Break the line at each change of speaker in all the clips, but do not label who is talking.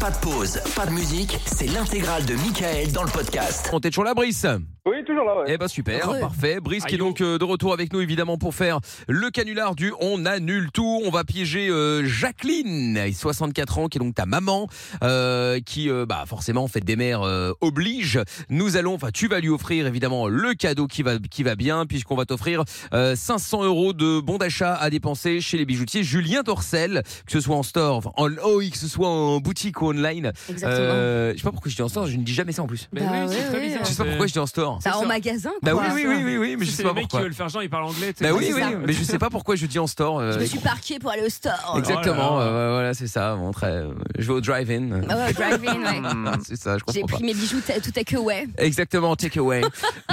Pas de pause, pas de musique, c'est l'intégrale de Michael dans le podcast.
On t'est toujours là, Brice
Oui, toujours là, ouais.
Eh ben super,
Heureux.
parfait. Brice qui est donc euh, de retour avec nous évidemment pour faire le canular du on annule tout. On va piéger euh, Jacqueline, elle a 64 ans, qui est donc ta maman, euh, qui euh, bah forcément fête des mères euh, oblige. Nous allons, enfin tu vas lui offrir évidemment le cadeau qui va qui va bien puisqu'on va t'offrir euh, 500 euros de bons d'achat à dépenser chez les bijoutiers Julien Dorcel, que ce soit en store, enfin, en OX, que ce soit en boutique ou online.
Exactement.
Euh, je sais pas pourquoi je dis en store, je ne dis jamais ça en plus.
Mais
Bah
oui, c'est
ouais,
très
ouais.
bizarre.
Je sais pas pourquoi je dis en store.
Bah, en
ça.
magasin, quoi.
Bah oui, oui, oui, oui, oui, mais je
C'est
sais
le
pas
mec qui
pourquoi.
veut le faire genre, il parle anglais. tu sais.
Bah oui,
C'est
oui,
ça.
mais je sais pas pourquoi je dis en store. euh,
Je me
avec-
suis parquée pour aller au store.
Exactement,
Oh là là.
euh, ouais, voilà, c'est ça. Bon, très, euh, je vais au drive-in.
Ah ouais, au drive-in, ouais.
Hmm, c'est ça, je
J'ai
comprends pas.
pris mes bijoux t- tout à queue, ouais.
Exactement, take away.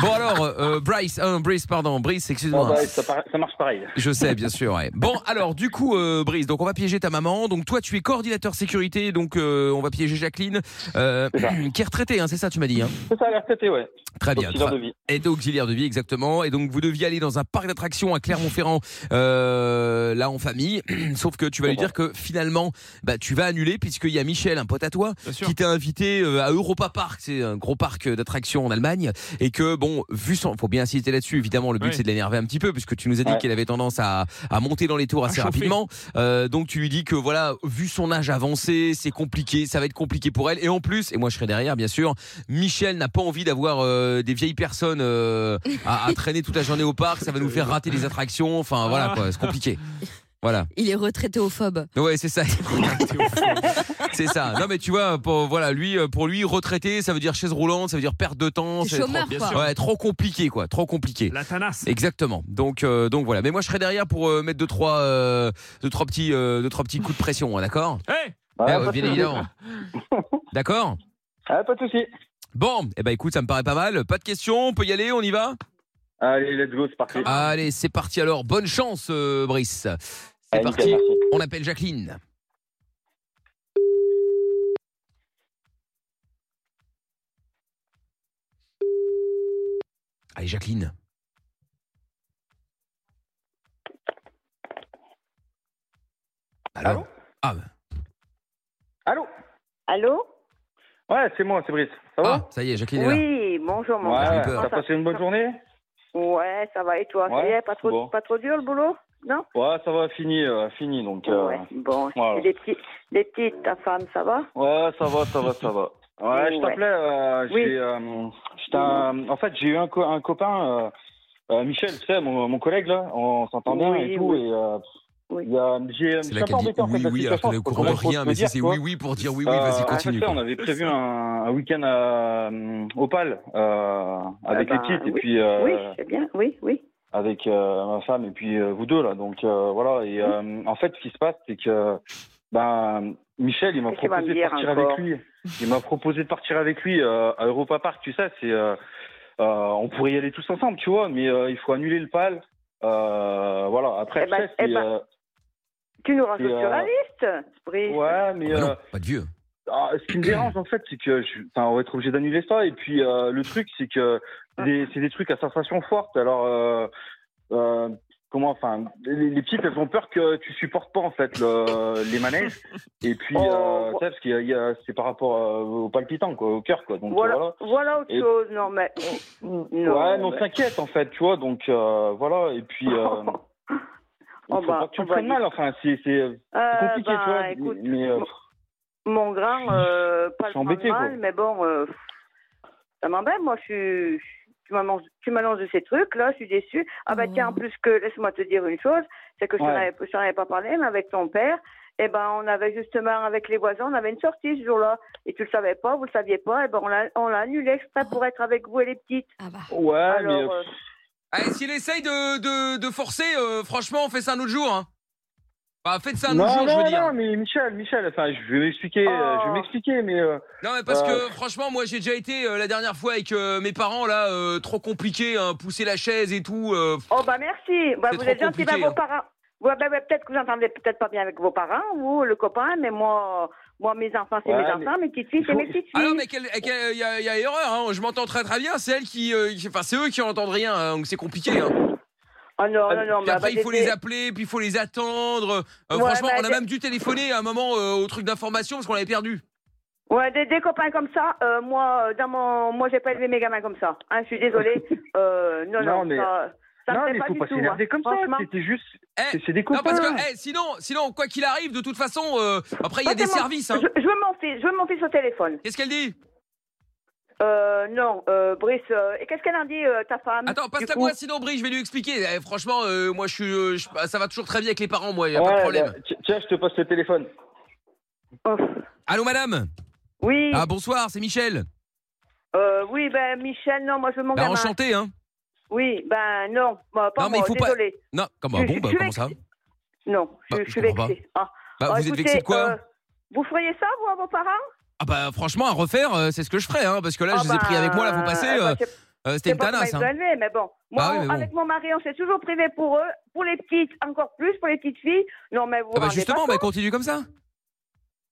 bon alors, euh, Bryce, euh, Brice, pardon, Brice,
Ah
excuse-moi.
bah, ça, para- ça marche pareil.
Je sais, bien sûr. ouais. Bon, alors du coup, euh, Brice, donc on va piéger ta maman. Donc toi, tu es coordinateur sécurité, donc euh, on va piéger Jacqueline, euh,
C'est ça.
qui est retraitée, hein, c'est ça, tu m'as dit. Hein
Ça, ça a l'air têté, ouais.
Très Ah bien.
Auxiliaire
Tra-
de vie.
Aide auxiliaire de vie, exactement. Et donc, vous deviez aller dans un parc d'attractions à Clermont-Ferrand, euh, là en famille. Sauf que tu vas lui dire que finalement, bah, tu vas annuler puisqu'il y a Michel, un pote à toi,
Bien sûr.
qui t'a invité euh, à Europa Park, c'est un gros parc euh, d'attractions en Allemagne, et que bon, vu son, faut bien insister là-dessus. Évidemment, le but
Ouais.
c'est de l'énerver un petit peu puisque tu nous as dit
Ouais.
qu'elle avait tendance à, à monter dans les tours
À
assez
chauffer.
rapidement. Euh, donc tu lui dis que voilà, vu son âge avancé, c'est compliqué, ça va être compliqué pour elle. Et en plus, et moi je serai derrière, bien sûr. Michel n'a pas envie d'avoir euh, des vieilles personnes euh, à, à traîner toute la journée au parc. Ça va nous faire rater les attractions. Enfin
Ah.
voilà quoi, c'est compliqué. Voilà.
Il est retraité au phobe.
Ouais, c'est ça. c'est ça. Non mais tu vois, pour, voilà, lui, euh, pour lui, retraité, ça veut dire chaise roulante, ça veut dire perte de temps.
C'est
c'est trop-
chômeur,
bien
quoi.
sûr.
Ouais, trop compliqué quoi, trop compliqué.
La tanasse.
Exactement. Donc euh, donc voilà. Mais moi je serai derrière pour euh, mettre deux trois euh, deux trois petits euh, deux trois petits coups de pression. hein, D'accord.
Hey
Ouais,
Eh,
Ah, pas de
bien
souci.
évidemment. D'accord.
Ah, pas de souci.
Bon, eh ben écoute, ça me paraît pas mal. Pas de questions, on peut y aller, on y va.
Allez, let's go, c'est parti.
Allez, c'est parti alors. Bonne chance, euh, Brice. C'est
Allez,
parti.
Ah, nickel, merci.
On appelle Jacqueline. Allez, Jacqueline. Alors
Allô
Ah, bah,
Allô
Allô
Ouais, c'est moi, c'est Brice. Ça va
ah, ça y est, Jacqueline est là.
Oui, bonjour mon
Ah. j'ai
Ouais,
gars.
peur.
t'as
Comment ça-
passé une bonne journée
Ouais, ça va et toi
Ouais,
Ça y est, pas trop,
bon.
pas trop dur le boulot Non
Ouais, ça va, fini, euh, fini, donc... euh,
Ouais, bon.
voilà.
Et Les, petits, les petites, ta femme, ça va
Ouais, ça va, ça va, ça va. Ouais, je
Ouais.
t'appelais, euh,
Oui.
j'ai, euh, j'étais un- en fait, j'ai eu un, co- un copain, euh, euh, Michel, tu sais, mon, mon collègue, là, on s'entend bien
Oui,
et tout,
oui.
et euh,
Oui.
il y a, j'ai,
C'est
j'ai
là qu'elle
un peu
dit
embêté, en fait,
oui,
la
oui, alors
situation,
qu'on ne
parce
comprend
comment
rien,
faut
mais
se
si
dire,
c'est
quoi.
oui, oui pour dire oui, oui,
Euh,
vas-y,
en fait,
continue.
ça,
quoi.
on avait prévu un, un week-end à, euh, au PAL euh, avec
Ah
les
bah,
petites et
oui.
puis euh,
Oui, c'est bien, oui, oui.
avec euh, ma femme et puis euh, vous deux là. Donc euh, voilà. Et euh, en fait, ce qui se passe, c'est que ben Michel, il m'a
Qu'est-ce qu'il va
proposé
me
de
dire
partir
encore
avec lui. Il m'a proposé de partir avec lui euh, à Europa Park. Tu sais, c'est euh, euh, on pourrait y aller tous ensemble, tu vois. Mais euh, il faut annuler le PAL. Euh, voilà. Après,
Eh ben,
tu sais,
eh
c'est,
ben,
euh,
Tu nous rajoutes
Et, euh,
sur la liste, Brice.
ouais, mais
Ah
euh,
non, pas de vieux.
Ah, ce qui me dérange en fait, c'est que je, enfin, on va être obligé d'annuler ça. Et puis euh, le truc, c'est que c'est des- c'est des trucs à sensation forte. Alors euh, euh, comment, enfin, les, les petites, elles ont peur que tu supportes pas en fait le- les manèges. Et puis,
Oh,
euh,
bon.
tu sais, parce qu'il y a- il y a- c'est par rapport euh, au palpitant, quoi, au cœur, quoi. Donc voilà.
Voilà, voilà autre
Et-
chose. Non, mais. Non,
ouais, mais on
mais-
s'inquiète en fait, tu vois. Donc euh, voilà. Et puis. euh,
Oh,
faut
bah,
pas que tu
on
le
va
prennes
dire.
mal, enfin, c'est c'est- c'est
Euh,
compliqué,
ben,
tu vois.
écoute,
mais euh,
mon- mon grand, euh,
je
pas le
suis embêté,
prendre mal, mais bon, euh, ça m'embête. Moi, je suis. Tu m'annonces tu m'annonces de ces trucs, là, je suis déçue. Ah ben
Oh.
tiens, en plus que, laisse-moi te dire une chose, c'est que je
Ouais.
n'en avais, je t'en avais pas parlé, mais avec ton père, eh ben, on avait justement, avec les voisins, on avait une sortie ce jour-là. Et tu le savais pas, vous le saviez pas, eh ben, on l'a on l'a annulé exprès pour être avec vous et les petites.
Ah bah.
Oh,
ouais, mais
Alors, euh,
Allez, Eh, s'il essaye de, de, de forcer, euh, franchement, on fait ça un autre jour. Hein. Bah, faites ça un autre
non,
jour,
non,
je veux dire.
non, mais Michel, Michel, enfin, je vais m'expliquer, euh, je vais
Oh.
m'expliquer, mais euh,
Non, mais
Ah,
parce
Euh.
que franchement, moi j'ai déjà été euh, la dernière fois avec euh, mes parents, là, euh, trop compliqué, hein, pousser la chaise et tout. euh,
oh bah merci, Bah,
C'est
vous
trop
êtes gentils,
compliqué,
bah,
hein.
vos parents. Ouais, bah, ouais, peut-être que vous entendez peut-être pas bien avec vos parents ou le copain, mais moi, moi mes enfants, c'est
Ouais,
mes
mais-
enfants, mes petites filles, c'est
Faut-
mes petites filles.
Ah non, mais quelle- quelle- il y, a- il y a erreur, hein, je m'entends très très bien, c'est elle qui. euh, qui- Enfin, c'est eux qui entendent rien, hein, donc c'est compliqué. Hein.
Ah non, non, non,
Puis
bah,
après,
bah,
il faut
j'étais-
les appeler, puis il faut les attendre. Euh,
Ouais,
franchement,
bah,
on a
j'ai-
même dû téléphoner à un moment euh, au truc d'information parce qu'on l'avait perdu.
Ouais, des, des copains comme ça, euh, moi, euh, dans mon, moi, j'ai pas élevé mes gamins comme ça. Hein, je suis désolée. Euh, non,
Non,
non,
mais-
ça, ça
non,
me plaît
mais
pas
faut
du
pas
tout,
s'énerver
moi.
comme ça.
Franchement.
C'était juste.
Eh,
c'est- C'est des
Non,
copains.
parce que eh, sinon, sinon, quoi qu'il arrive, de toute façon, euh, après, il y a
Moi,
des
c'est mon-
services. hein.
Je, je veux mon fils, je veux mon fils au téléphone.
Qu'est-ce qu'elle dit
Euh, non, euh, Brice, euh, et qu'est-ce qu'elle en dit, euh, ta femme
Attends, passe
du
la
coup
moi sinon, Brie, je vais lui expliquer. Eh, franchement, euh, moi, je suis, euh, je- ça va toujours très bien avec les parents, moi, il eh, a pas de
Ouais,
problème.
bah, ti- tiens, je te passe le téléphone.
Oh,
Allô, madame
Oui,
Ah, bonsoir, c'est Michel.
euh, oui, ben Michel, non, moi je veux mon
Bah,
gamin.
enchanté, hein.
Oui, ben non, bah, pas
Non, mais
moi,
il faut pas-
désolée.
Non, comme, bah,
Je-
bon,
je-
bah,
je
comment ça
Non, je,
Bah,
je
je
suis
comprends
vexée. Ah.
Bah, vous
Ah,
êtes
écoutez,
vexé de quoi
euh, Vous feriez ça, vous, à vos parents Ah,
Ah, bah, franchement, à refaire, euh, c'est ce que je ferais, hein, parce que là, je les ai pris avec moi, là, faut passer. euh, euh, C'était
bah, ben, eh C'est
une
pas comment
tanasse,
ils
hein.
veulent élever, mais bon. Moi,
Bah oui, mais bon.
avec mon mari, on s'est toujours privé pour eux, pour les petites, encore plus pour les petites filles. Non, mais vous. vous
Ah, bah,
rendez
justement, bah,
pas compte
continue comme ça.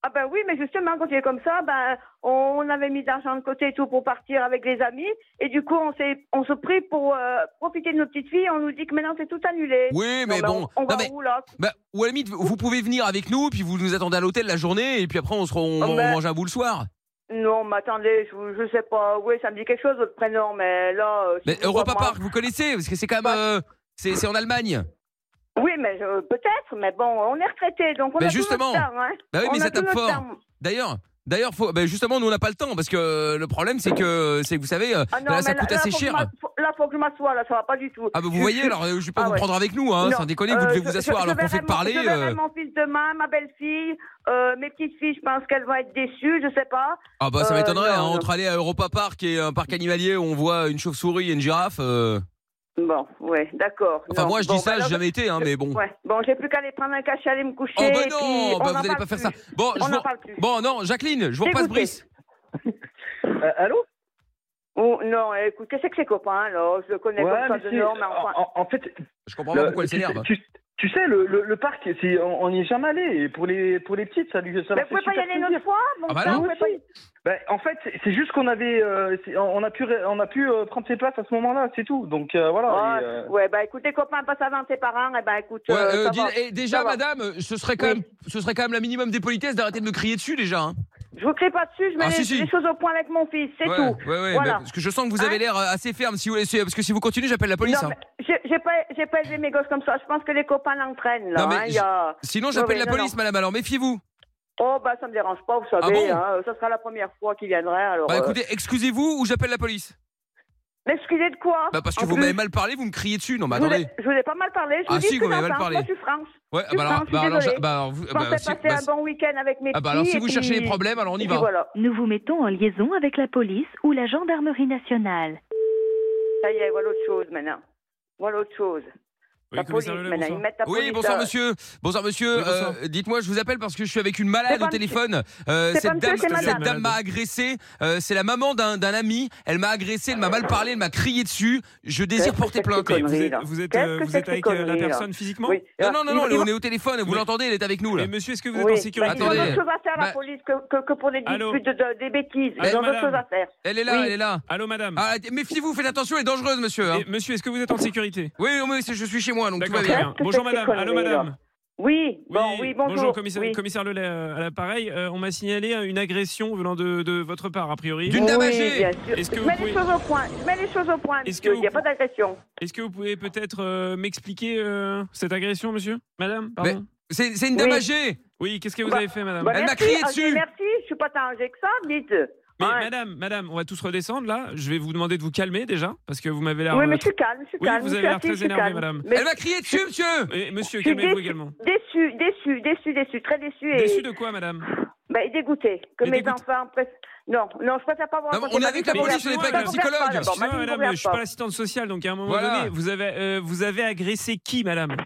Ah ben oui, mais justement, quand il est comme ça, ben, on avait mis de l'argent de côté et tout pour partir avec les amis. Et du coup, on, s'est- on se prie pour euh, profiter de nos petites filles. On nous dit que maintenant, c'est tout annulé.
Oui, mais
Non, ben, bah,
bon.
On, on
Non,
va
mais,
où, là
bah, ou à la limite, vous pouvez venir avec nous, puis vous nous attendez à l'hôtel la journée, et puis après, on, se, re- on,
Oh,
on
mais-
mange un bout le soir.
Non, mais attendez, je, vous- je sais pas. Oui, ça me dit quelque chose, votre prénom, mais là. euh,
Mais
si vous
Europa
voyez, moi-
Park, vous connaissez Parce que c'est quand
Ouais.
même. euh, c'est c'est en Allemagne.
Oui, mais euh, peut-être, mais bon, on est retraité, donc on
Mais
a tout
justement.
notre temps, hein.
Bah oui,
On
mais
a
ça
tout
tape
notre
fort.
temps.
D'ailleurs, d'ailleurs, faut- bah, justement, nous on n'a pas le temps parce que euh, le problème c'est que c'est que vous savez, euh,
Ah non,
là ça
mais
coûte assez
faut que je
cher.
m'a- faut- Là, faut que je m'assoie, là, ça va pas du tout.
Ah bah vous
Je-
voyez,
je-
alors euh, je vais pas
Ah
vous
ouais.
prendre avec nous, hein,
Non,
sans déconner, vous
euh,
devez
je-
vous asseoir
je-
alors
je
qu'on fait
verrai
que
mon-
parler.
Je verrai
euh,
mon fils demain, ma belle-fille, euh, mes petites filles, je pense qu'elles vont être déçues, je sais pas.
Ah bah ça
euh,
m'étonnerait,
non,
hein,
non.
entre aller à Europa Park et un parc animalier où on voit une chauve-souris et une girafe. euh,
Bon, ouais, d'accord.
Enfin
non.
moi je
Bon,
dis ça,
bah,
j'ai
alors,
jamais été, hein, mais bon.
Ouais, bon, j'ai plus qu'à aller prendre un cachet, aller me coucher.
Oh bah
et puis,
non,
on
bah
en
vous allez
parle
pas faire
plus.
ça. Bon, je
On
vous-
n'en parle plus.
bon non, Jacqueline, je vous repasse
Dégoûté.
Brice.
Euh, allô
Oh, non, écoute, qu'est-ce que c'est copain, là Je le connais
Ouais,
comme ça
mais
de
c'est-
nom, mais enfin.
en, en- en fait,
Je comprends pas
le-
Oh, pourquoi elle s'énerve.
Tu, tu- tu sais, le, le- le parc, c'est- on on n'y est jamais allé. Et pour les, pour les petites, ça lui ça
Mais
leur
vous pouvez
fait
pas y
super
aller une
plaisir.
autre fois mon
Ah bah
frère,
non.
vous pouvez pas y-
Bah, en fait, c'est- c'est juste qu'on avait, euh, c'est- on on a pu, ré- on a pu euh, prendre ses places à ce moment-là, c'est tout. Donc euh, voilà.
Ah,
et, euh,
Ouais, bah écoute, les copains passent avant tes parents, et ben écoute,
Ouais,
euh,
euh,
ça
dis-
va.
eh, déjà,
ça va.
madame, euh, ce serait quand
Oui.
même, ce serait quand même la minimum des politesses d'arrêter de me crier dessus déjà. hein.
Je vous crie pas dessus, je mets
Ah,
les,
si, si.
les choses au point avec mon fils, c'est
ouais,
tout.
Ouais, ouais,
Voilà.
bah, parce que je sens que vous avez
Hein
l'air euh, assez ferme. Si vous laissez, parce que si vous continuez, j'appelle la police.
Non,
hein.
mais j'ai- j'ai pas, j'ai pas élevé mes gosses comme ça. Je pense que les copains l'entraînent là.
Non, mais
hein, il y a-
Sinon,
Ouais,
j'appelle la
ouais, non,
police,
non.
madame. Alors, méfiez-vous.
Oh bah ça me dérange pas, vous savez.
Ah bon
hein, ça sera la première fois qu'ils viendraient. Alors.
Bah,
euh,
écoutez, excusez-vous ou j'appelle la police.
M'excuser de quoi
Bah, parce que
En
vous
plus,
m'avez mal parlé, vous me criez dessus. Non, mais
je vous ai-
attendez.
Je vous ai pas mal parlé. Je
Ah,
vous dis
si,
que
vous m'avez
non,
mal
Franck,
parlé.
Moi, je suis franche.
Ouais,
je
bah,
pense,
alors,
je suis
bah, alors,
désolée.
j'a- bah, alors, vous-
Je
bah,
pensais
si-
passer
bah,
un
si-
bon week-end avec mes
ah, bah, alors,
petits.
si
et
vous cherchez les
puis-
problèmes, alors on y
et
va.
puis voilà.
Nous vous mettons en liaison avec la police ou la gendarmerie nationale.
Ça y est, voilà autre chose maintenant. Voilà autre chose.
Oui,
La police,
commissaire Lelay,
maintenant, ils
bonsoir.
mettent la
Oui,
police,
bonsoir
euh,
monsieur. Bonsoir monsieur.
Oui, bonsoir.
Euh, Dites-moi, je vous appelle parce que je suis avec une malade
C'est
au
pas
téléphone. Euh,
C'est
cette
pas monsieur,
dame,
c'est madame.
cette dame m'a agressé. Euh, c'est la maman d'un d'un ami. Elle m'a agressé, elle m'a mal parlé, elle m'a crié dessus. Je désire
Qu'est-ce que
porter
c'est que
plainte.
ces
Mais vous
conneries,
êtes,
là.
vous êtes,
Qu'est-ce
euh,
que
vous
c'est
êtes
que ces
avec euh, la
conneries, là
personne physiquement
Oui.
Non,
Alors,
non, non,
ils-
non,
ils vont-
on est au téléphone. Vous
Oui.
l'entendez, elle est avec nous là.
Mais monsieur, est-ce que vous
Oui,
êtes en sécurité
bah, Ils ont
Attendez.
d'autres choses à faire,
Bah-
la police, que, que, que pour des
Allô
disputes de, de- des bêtises. Ils
Allô,
ont d'autres
madame
choses à faire.
Elle est là,
Oui.
elle est là.
Allô, madame
Ah, méfiez-vous, faites attention, elle est dangereuse, monsieur. hein.
Et Monsieur, est-ce que vous êtes en sécurité
Oui, non, mais c'est- je suis chez moi, donc tout
D'accord,
va
très
bien.
bien.
Qu'est-ce que
Bonjour,
c'est que
madame. Allô,
ces
madame.
Oui, bon, oui, bonjour.
commissaire,
Oui.
commissaire Lelay, euh, à l'appareil. Euh, on m'a signalé euh, une agression venant de, de votre part, a priori.
D'une- dame
Oui,
âgée.
bien sûr.
Est-ce que
Je
vous
mets
pouvez-
les choses au point. Je mets les choses au point,
Est-ce
monsieur.
que
Il n'y a
vous-
pas d'agression.
Est-ce que vous pouvez peut-être euh, m'expliquer euh, cette agression, monsieur Madame Pardon
C'est c'est une dame
Oui.
âgée.
Oui, qu'est-ce que vous
Bah-
avez fait, madame
Bah,
Elle m'a
merci,
crié
ah,
dessus.
je dis Merci, je suis pas tant âgée que ça, vite.
Mais
Ouais.
madame, madame, on va tous redescendre là. Je vais vous demander de vous calmer déjà, parce que vous m'avez l'air.
Oui, mais
euh,
je suis calme, je suis
Oui,
calme.
vous
je
avez
suis
l'air
assise,
très
je suis
énervée,
calme.
madame.
Mais
Elle m'a crié dessus, monsieur.
Et monsieur,
je suis
calmez-vous
dé-
également.
Déçue, déçue, déçue, déçue, très déçue. Et...
Déçu de quoi, madame
Bah, dégoûté. Que
Mais
mes
dégoûté.
enfants. press- Non, non, je préfère pas voir.
Non, mais on est avec la
police, on est pas avec le
psychologue.
Excusez-moi, madame, je suis pas l'assistante sociale, donc à un moment
Voilà.
donné, vous avez, euh, vous avez agressé qui, madame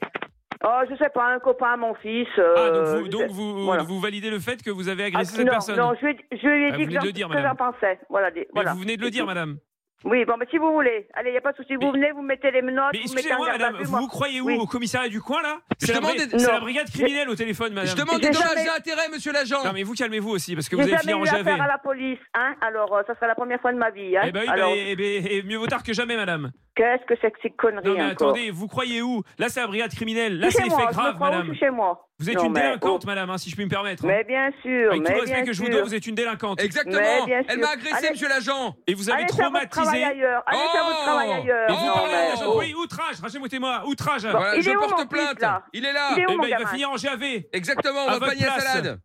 Oh, je sais pas, un copain, mon fils.
Ah,
euh,
donc vous,
je
donc
sais-
vous,
voilà.
vous validez le fait que vous avez
Ah,
agressé cette
non,
personne
non, je lui ai, dit- je lui ai
Ah, vous
dit que
venez de
j'en-
le dire,
que j'en
madame.
pensais. Voilà, des-
Mais
voilà.
vous venez de le dire, madame.
Oui, bon, mais si vous voulez. Allez, il n'y a pas de souci. Vous
Mais-
venez, vous mettez les menottes.
Mais
vous mettez un
excusez-moi,
garde à
madame,
vue,
vous
moi.
vous croyez où
Oui.
Au commissariat du coin, là
Je
C'est la,
demande
bri-
des-
c'est
Non.
la brigade criminelle au téléphone, madame.
Je demande
J'ai
des dommages
jamais-
et intérêts, monsieur l'agent.
Non, mais vous calmez-vous aussi, parce que vous
J'ai
allez finir
jamais
en
eu
javé.
affaire à la police, hein. Alors, euh, ça sera la première fois de ma vie, hein.
Eh ben oui, bah,
Alors,
eh ben, eh, mieux vaut tard que jamais, madame.
qu'est-ce que c'est que ces conneries
Non, mais
encore
attendez, vous croyez où Là, c'est la brigade criminelle. Là,
Je
c'est
suis chez
les
moi,
faits
je me
graves,
crois où, je
madame.
suis chez moi.
Vous êtes
Non,
une
mais-
délinquante,
oh.
madame, hein, si je puis me permettre. hein.
Mais bien
Avec tout
sûr, mais
le
bien
respect que je vous
sûr.
donne, vous êtes une délinquante.
Exactement.
Mais bien sûr.
Elle m'a agressé,
Allez.
monsieur l'agent.
Et vous avez
Allez faire votre travail
traumatisé.
ailleurs. Allez faire votre
Oh
travail ailleurs.
Et
Vous
Non,
parlez à
mais-
l'agent.
oh.
Oui, outrage, rajoutez-moi, outrage.
Bon,
voilà,
il
je
est où,
porte
mon
plainte.
fils, là
il est là.
Il est où,
Eh
mon
ben, il va
gamin
finir en GAV.
Exactement, on
À
va
votre
panier à
place.
salade.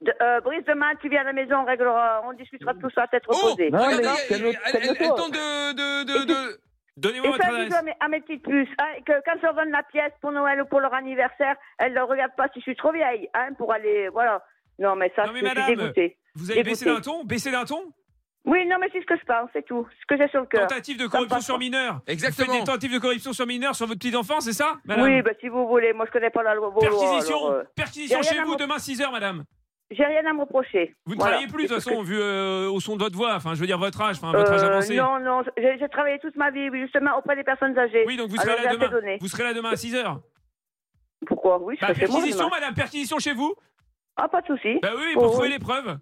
De- euh, Brice, demain, tu viens à la maison, on réglera, on discutera de tout ça à tête
Oh
reposée.
Non,
Regardez,
mais non,
elle,
calme-
elle- elle- elle
calme-toi.
tente de, de, de, de-
Donnez-moi
Et
votre
fais un bisou
adresse.
à mes, à mes petites puces. hein, et que quand je leur donne la pièce pour Noël ou pour leur anniversaire, elles ne regardent pas si je suis trop vieille hein, pour aller. Voilà. Non, mais ça,
Non, mais
je
madame.
suis dégoûtée.
Vous avez
Écoutez.
baissé d'un ton Baissé d'un ton
Oui, non, mais c'est ce que je parle, c'est tout. Ce que j'ai sur le cœur.
Tentative de
Ça me
corruption
passe
sur
pas.
mineur. Vous faites
Exactement.
des tentatives de corruption sur mineur sur votre petite enfant, c'est ça, madame
Oui, bah, si vous voulez, moi je connais pas la loi. vos lois, alors, euh,
Perquisition, perquisition
y a rien
chez
à
vous
me-
demain 6h, madame.
J'ai rien à me reprocher.
Vous ne
Voilà.
travaillez plus, de toute
Parce que-
façon, vu euh, au son de votre voix, enfin, je veux dire votre âge, enfin, votre âge
Euh,
Ah, avancé.
Non, non, j'ai j'ai travaillé toute ma vie, oui, justement, auprès des personnes âgées.
Oui, donc vous
Alors,
serez là
j'ai assez
demain.
donné.
Vous serez là demain à 6h.
Pourquoi Oui, je
Bah,
serai chez moi
perquisition,
demain.
madame, perquisition chez vous.
Ah, pas de souci.
Bah oui, pour
Oh,
trouver
oui.
les preuves.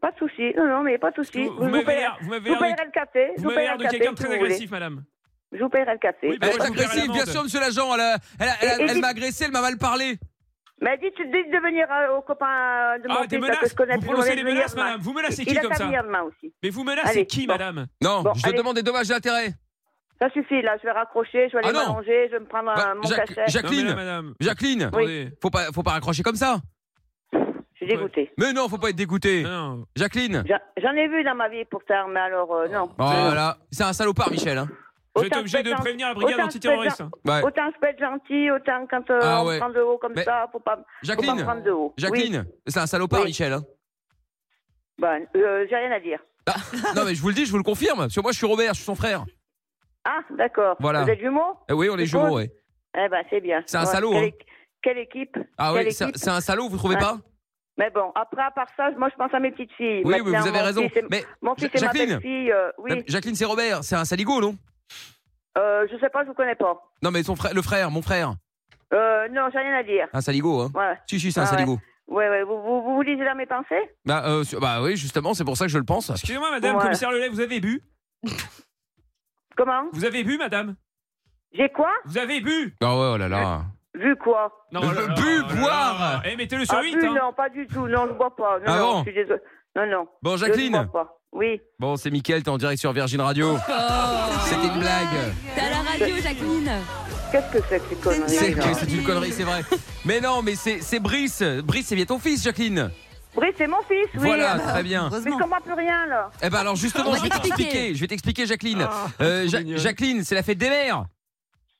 Pas de souci. Non, non, mais pas de souci.
Vous, vous m'avez
payerez-
l'air vous m'avez
je vous
l'air
paierez
de-
le café.
vous
Je vous
m'avez
paierez
l'air
le
de
café.
quelqu'un de
si
très
vous voulez.
agressif, madame.
Je vous paierai le café. Euh,
Oui,
Elle
bah, moi,
est
je vous paierai
agressive,
l'amende.
bien sûr, monsieur l'agent. Elle, a- elle, a- elle, a-
Et- et
elle
dites-
m'a agressé, elle m'a mal parlé.
Mais dites, dites de venir euh, au copain de mon
Ah,
fils,
des
là, que
menaces
je connais
Vous
plus,
prononcez
on
des
vient
menaces,
demain.
madame Vous menacez qui
Il a
comme
sa
ça
vie à demain aussi.
Mais vous menacez
Allez,
qui,
bon.
madame
Non,
Bon,
je te
allez.
demande des dommages et intérêts.
Ça suffit, là, je vais raccrocher, je vais aller
Ah, non.
m'allonger, je vais me prendre
Bah,
un- mon
Jacques-
cachet.
Jacques-
Non, mais là,
Jacqueline.
madame.
Jacqueline,
Oui.
Attendez.
faut pas, faut pas raccrocher comme ça.
Je suis dégoûtée.
Mais non, faut pas être
Euh.
dégoûté.
Non, non.
Jacqueline.
J'en j'en ai vu dans ma vie pourtant, mais alors, euh, non.
Oh là là, c'est un salopard, Michel. hein.
Vous
Autant
êtes obligé
se
de
mettre
prévenir la brigade
autant se
antiterroriste.
Ouais.
Autant je peux être gentil, autant quand euh,
Ah
on
ouais.
me prend de haut comme
Mais-
ça, faut pas, faut pas me
Jacqueline.
prendre de haut. Oui,
Jacqueline, c'est un salopard,
Oui.
Michel. hein.
ben, euh, j'ai rien à dire.
Non, mais je vous le dis, je vous le confirme. Parce que moi, je suis Robert, je suis son frère.
Ah, d'accord.
Voilà.
Vous êtes jumeaux
Eh oui, on est
C'est
jumeaux,
bon.
ouais.
Eh ben, c'est bien.
C'est un
Ouais,
salaud,
Quelle,
hein.
é- quelle équipe
Ah
Quelle
oui, c'est un-
équipe
c'est un salaud, vous trouvez
Ouais.
pas
Mais bon, après, à part ça, moi, je pense à mes petites filles.
Oui, oui,
Maintenant,
vous avez
mon
raison.
fils et-
Mais
Mon fils
Ja-
et ma
Jacqueline.
belle-fille, euh, oui.
Jacqueline, c'est Robert, c'est un saligo, non
Euh, je sais pas, je vous connais pas.
Non, mais son frère, le frère, mon frère.
Euh, non, j'ai rien à dire.
Un saligo, hein
Ouais,
Si, si, c'est un
Ah ouais.
saligo.
ouais, ouais. Vous, vous, vous lisez dans mes pensées
Bah, euh, sur- bah oui, justement, c'est pour ça que je le pense.
Excusez-moi, madame,
Ouais.
commissaire Lelay, vous avez bu
Comment
Vous avez bu, madame
J'ai quoi
Vous avez bu
Ah ouais, oh là là.
Vu quoi
Non,
Euh,
là, là,
bu,
là, là,
boire.
là. Eh, mettez-le sur
Ah,
8,
vu,
hein.
non, pas du tout. Non, je bois pas. Non,
Ah
non,
bon
je suis désolée. Non, non.
Bon,
je ne
Jacqueline.
bois pas. Oui.
Bon, c'est Mickaël, t'es en direct sur Virgin Radio. C'était une blague.
Oh, T'es à la radio, Jacqueline.
Qu'est-ce que c'est que ces
C'est
conneries là
c'est une connerie, c'est vrai. Mais non, mais c'est c'est Brice. Brice, c'est bien ton fils, Jacqueline.
Oui, c'est mon fils, oui.
Voilà, très bien.
Mais je comprends plus rien, là.
Eh ben alors, justement,
On
je
va
vais
t'expliquer.
t'expliquer. Je vais t'expliquer, Jacqueline.
Ah,
Euh,
trop
Ja-
mignon.
Jacqueline, c'est la fête des mères.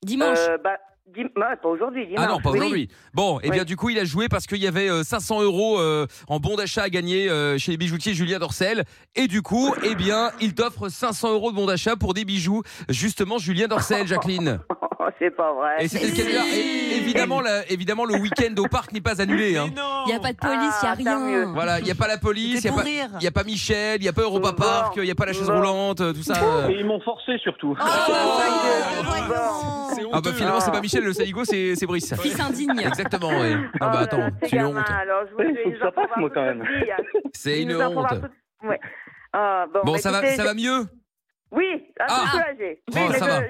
Dimanche.
Euh, bah, dim- bah, pas aujourd'hui, dimanche.
Ah non, pas
oui.
aujourd'hui. Bon, et
Oui.
bien du coup, il a joué parce qu'il y avait euh, 500 euros euh, en bon d'achat à gagner euh, chez les bijoutiers Julien Dorcel. Et du coup, eh bien, il t'offre 500 euros de bon d'achat pour des bijoux, justement Julien Dorcel, Jacqueline.
Oh, c'est pas vrai.
Et c'était le
Mais
canular.
si.
Et Évidemment, la- évidemment, le week-end au parc n'est pas annulé.
Mais
Hein.
non
Il n'y a pas de police, il
Ah,
n'y a
tant mieux.
rien.
Voilà, il n'y a pas la police, il n'y a, pas- il y a pas Michel, il n'y a pas Europa
Bon.
Park, il n'y a pas la chaise
Bon.
roulante, euh, tout ça. euh.
Et ils m'ont forcé surtout.
C'est
Ah bah
honteux.
finalement, c'est pas Michel, le Saligo, c'est c'est Brice.
Fils indigne.
Exactement, ouais. Ah bah
Oh là là,
attends,
ces
c'est une
gamins,
honte.
Alors, je vous
Ouais,
dis,
faut que
ils
ça
en font
passe,
voir
moi, quand
toute
même.
la vie, hein.
C'est
Ils
une
nous en font voir
honte.
toute- ouais. Ah, bon,
Bon,
bah,
ça va,
écoutez,
ça
je-
va mieux
Oui, un
Ah.
peu soulagée. Oui,
Bon,
mais
ça
je,
va.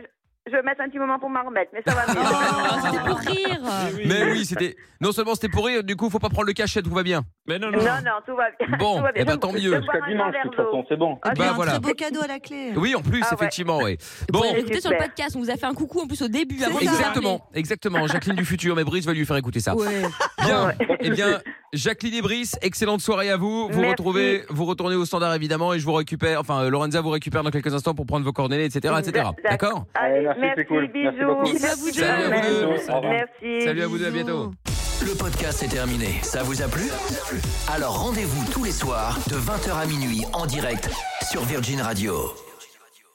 je vais mettre un petit moment pour m'en remettre, mais ça va mieux.
Oh, C'était pour rire.
Mais oui, c'était. Non seulement c'était pour rire, du coup, faut pas prendre le cachet, tout va bien.
Mais non, non.
Non, non, tout va bien.
Bon,
tout va bien.
eh ben,
Je-
tant
je
mieux.
vais boire
Jusqu'à
un
dimanche,
verre
de toute façon,
d'eau.
c'est bon.
Ah,
Bah
un
voilà.
très beau cadeau à la clé.
Oui, en plus,
Ah ouais.
effectivement, oui.
Vous
Bon.
pouvez l'écouter sur le
Super.
podcast. On vous a fait un coucou en plus au début. avant de vous
Exactement, exactement. Jacqueline du futur, mais Brice va lui faire écouter ça.
parler. Ouais.
Bien.
Ouais.
Eh bien, Jacqueline et Brice, excellente soirée à vous. Vous
Merci.
retrouvez, vous retournez au standard évidemment, et je vous récupère. Enfin, euh, Lorenza vous récupère dans quelques instants pour prendre vos coordonnées, etc., etc.
D'ac-
D'accord.
Allez,
Ouais, merci, c'est
merci,
cool. Merci
bisous.
beaucoup.
Bisous à vous deux.
Salut à vous deux.
Au revoir.
Merci.
Salut à vous deux, à bientôt.
Le podcast est terminé. Ça vous a plu Alors rendez-vous tous les soirs de 20h à minuit en direct sur Virgin Radio.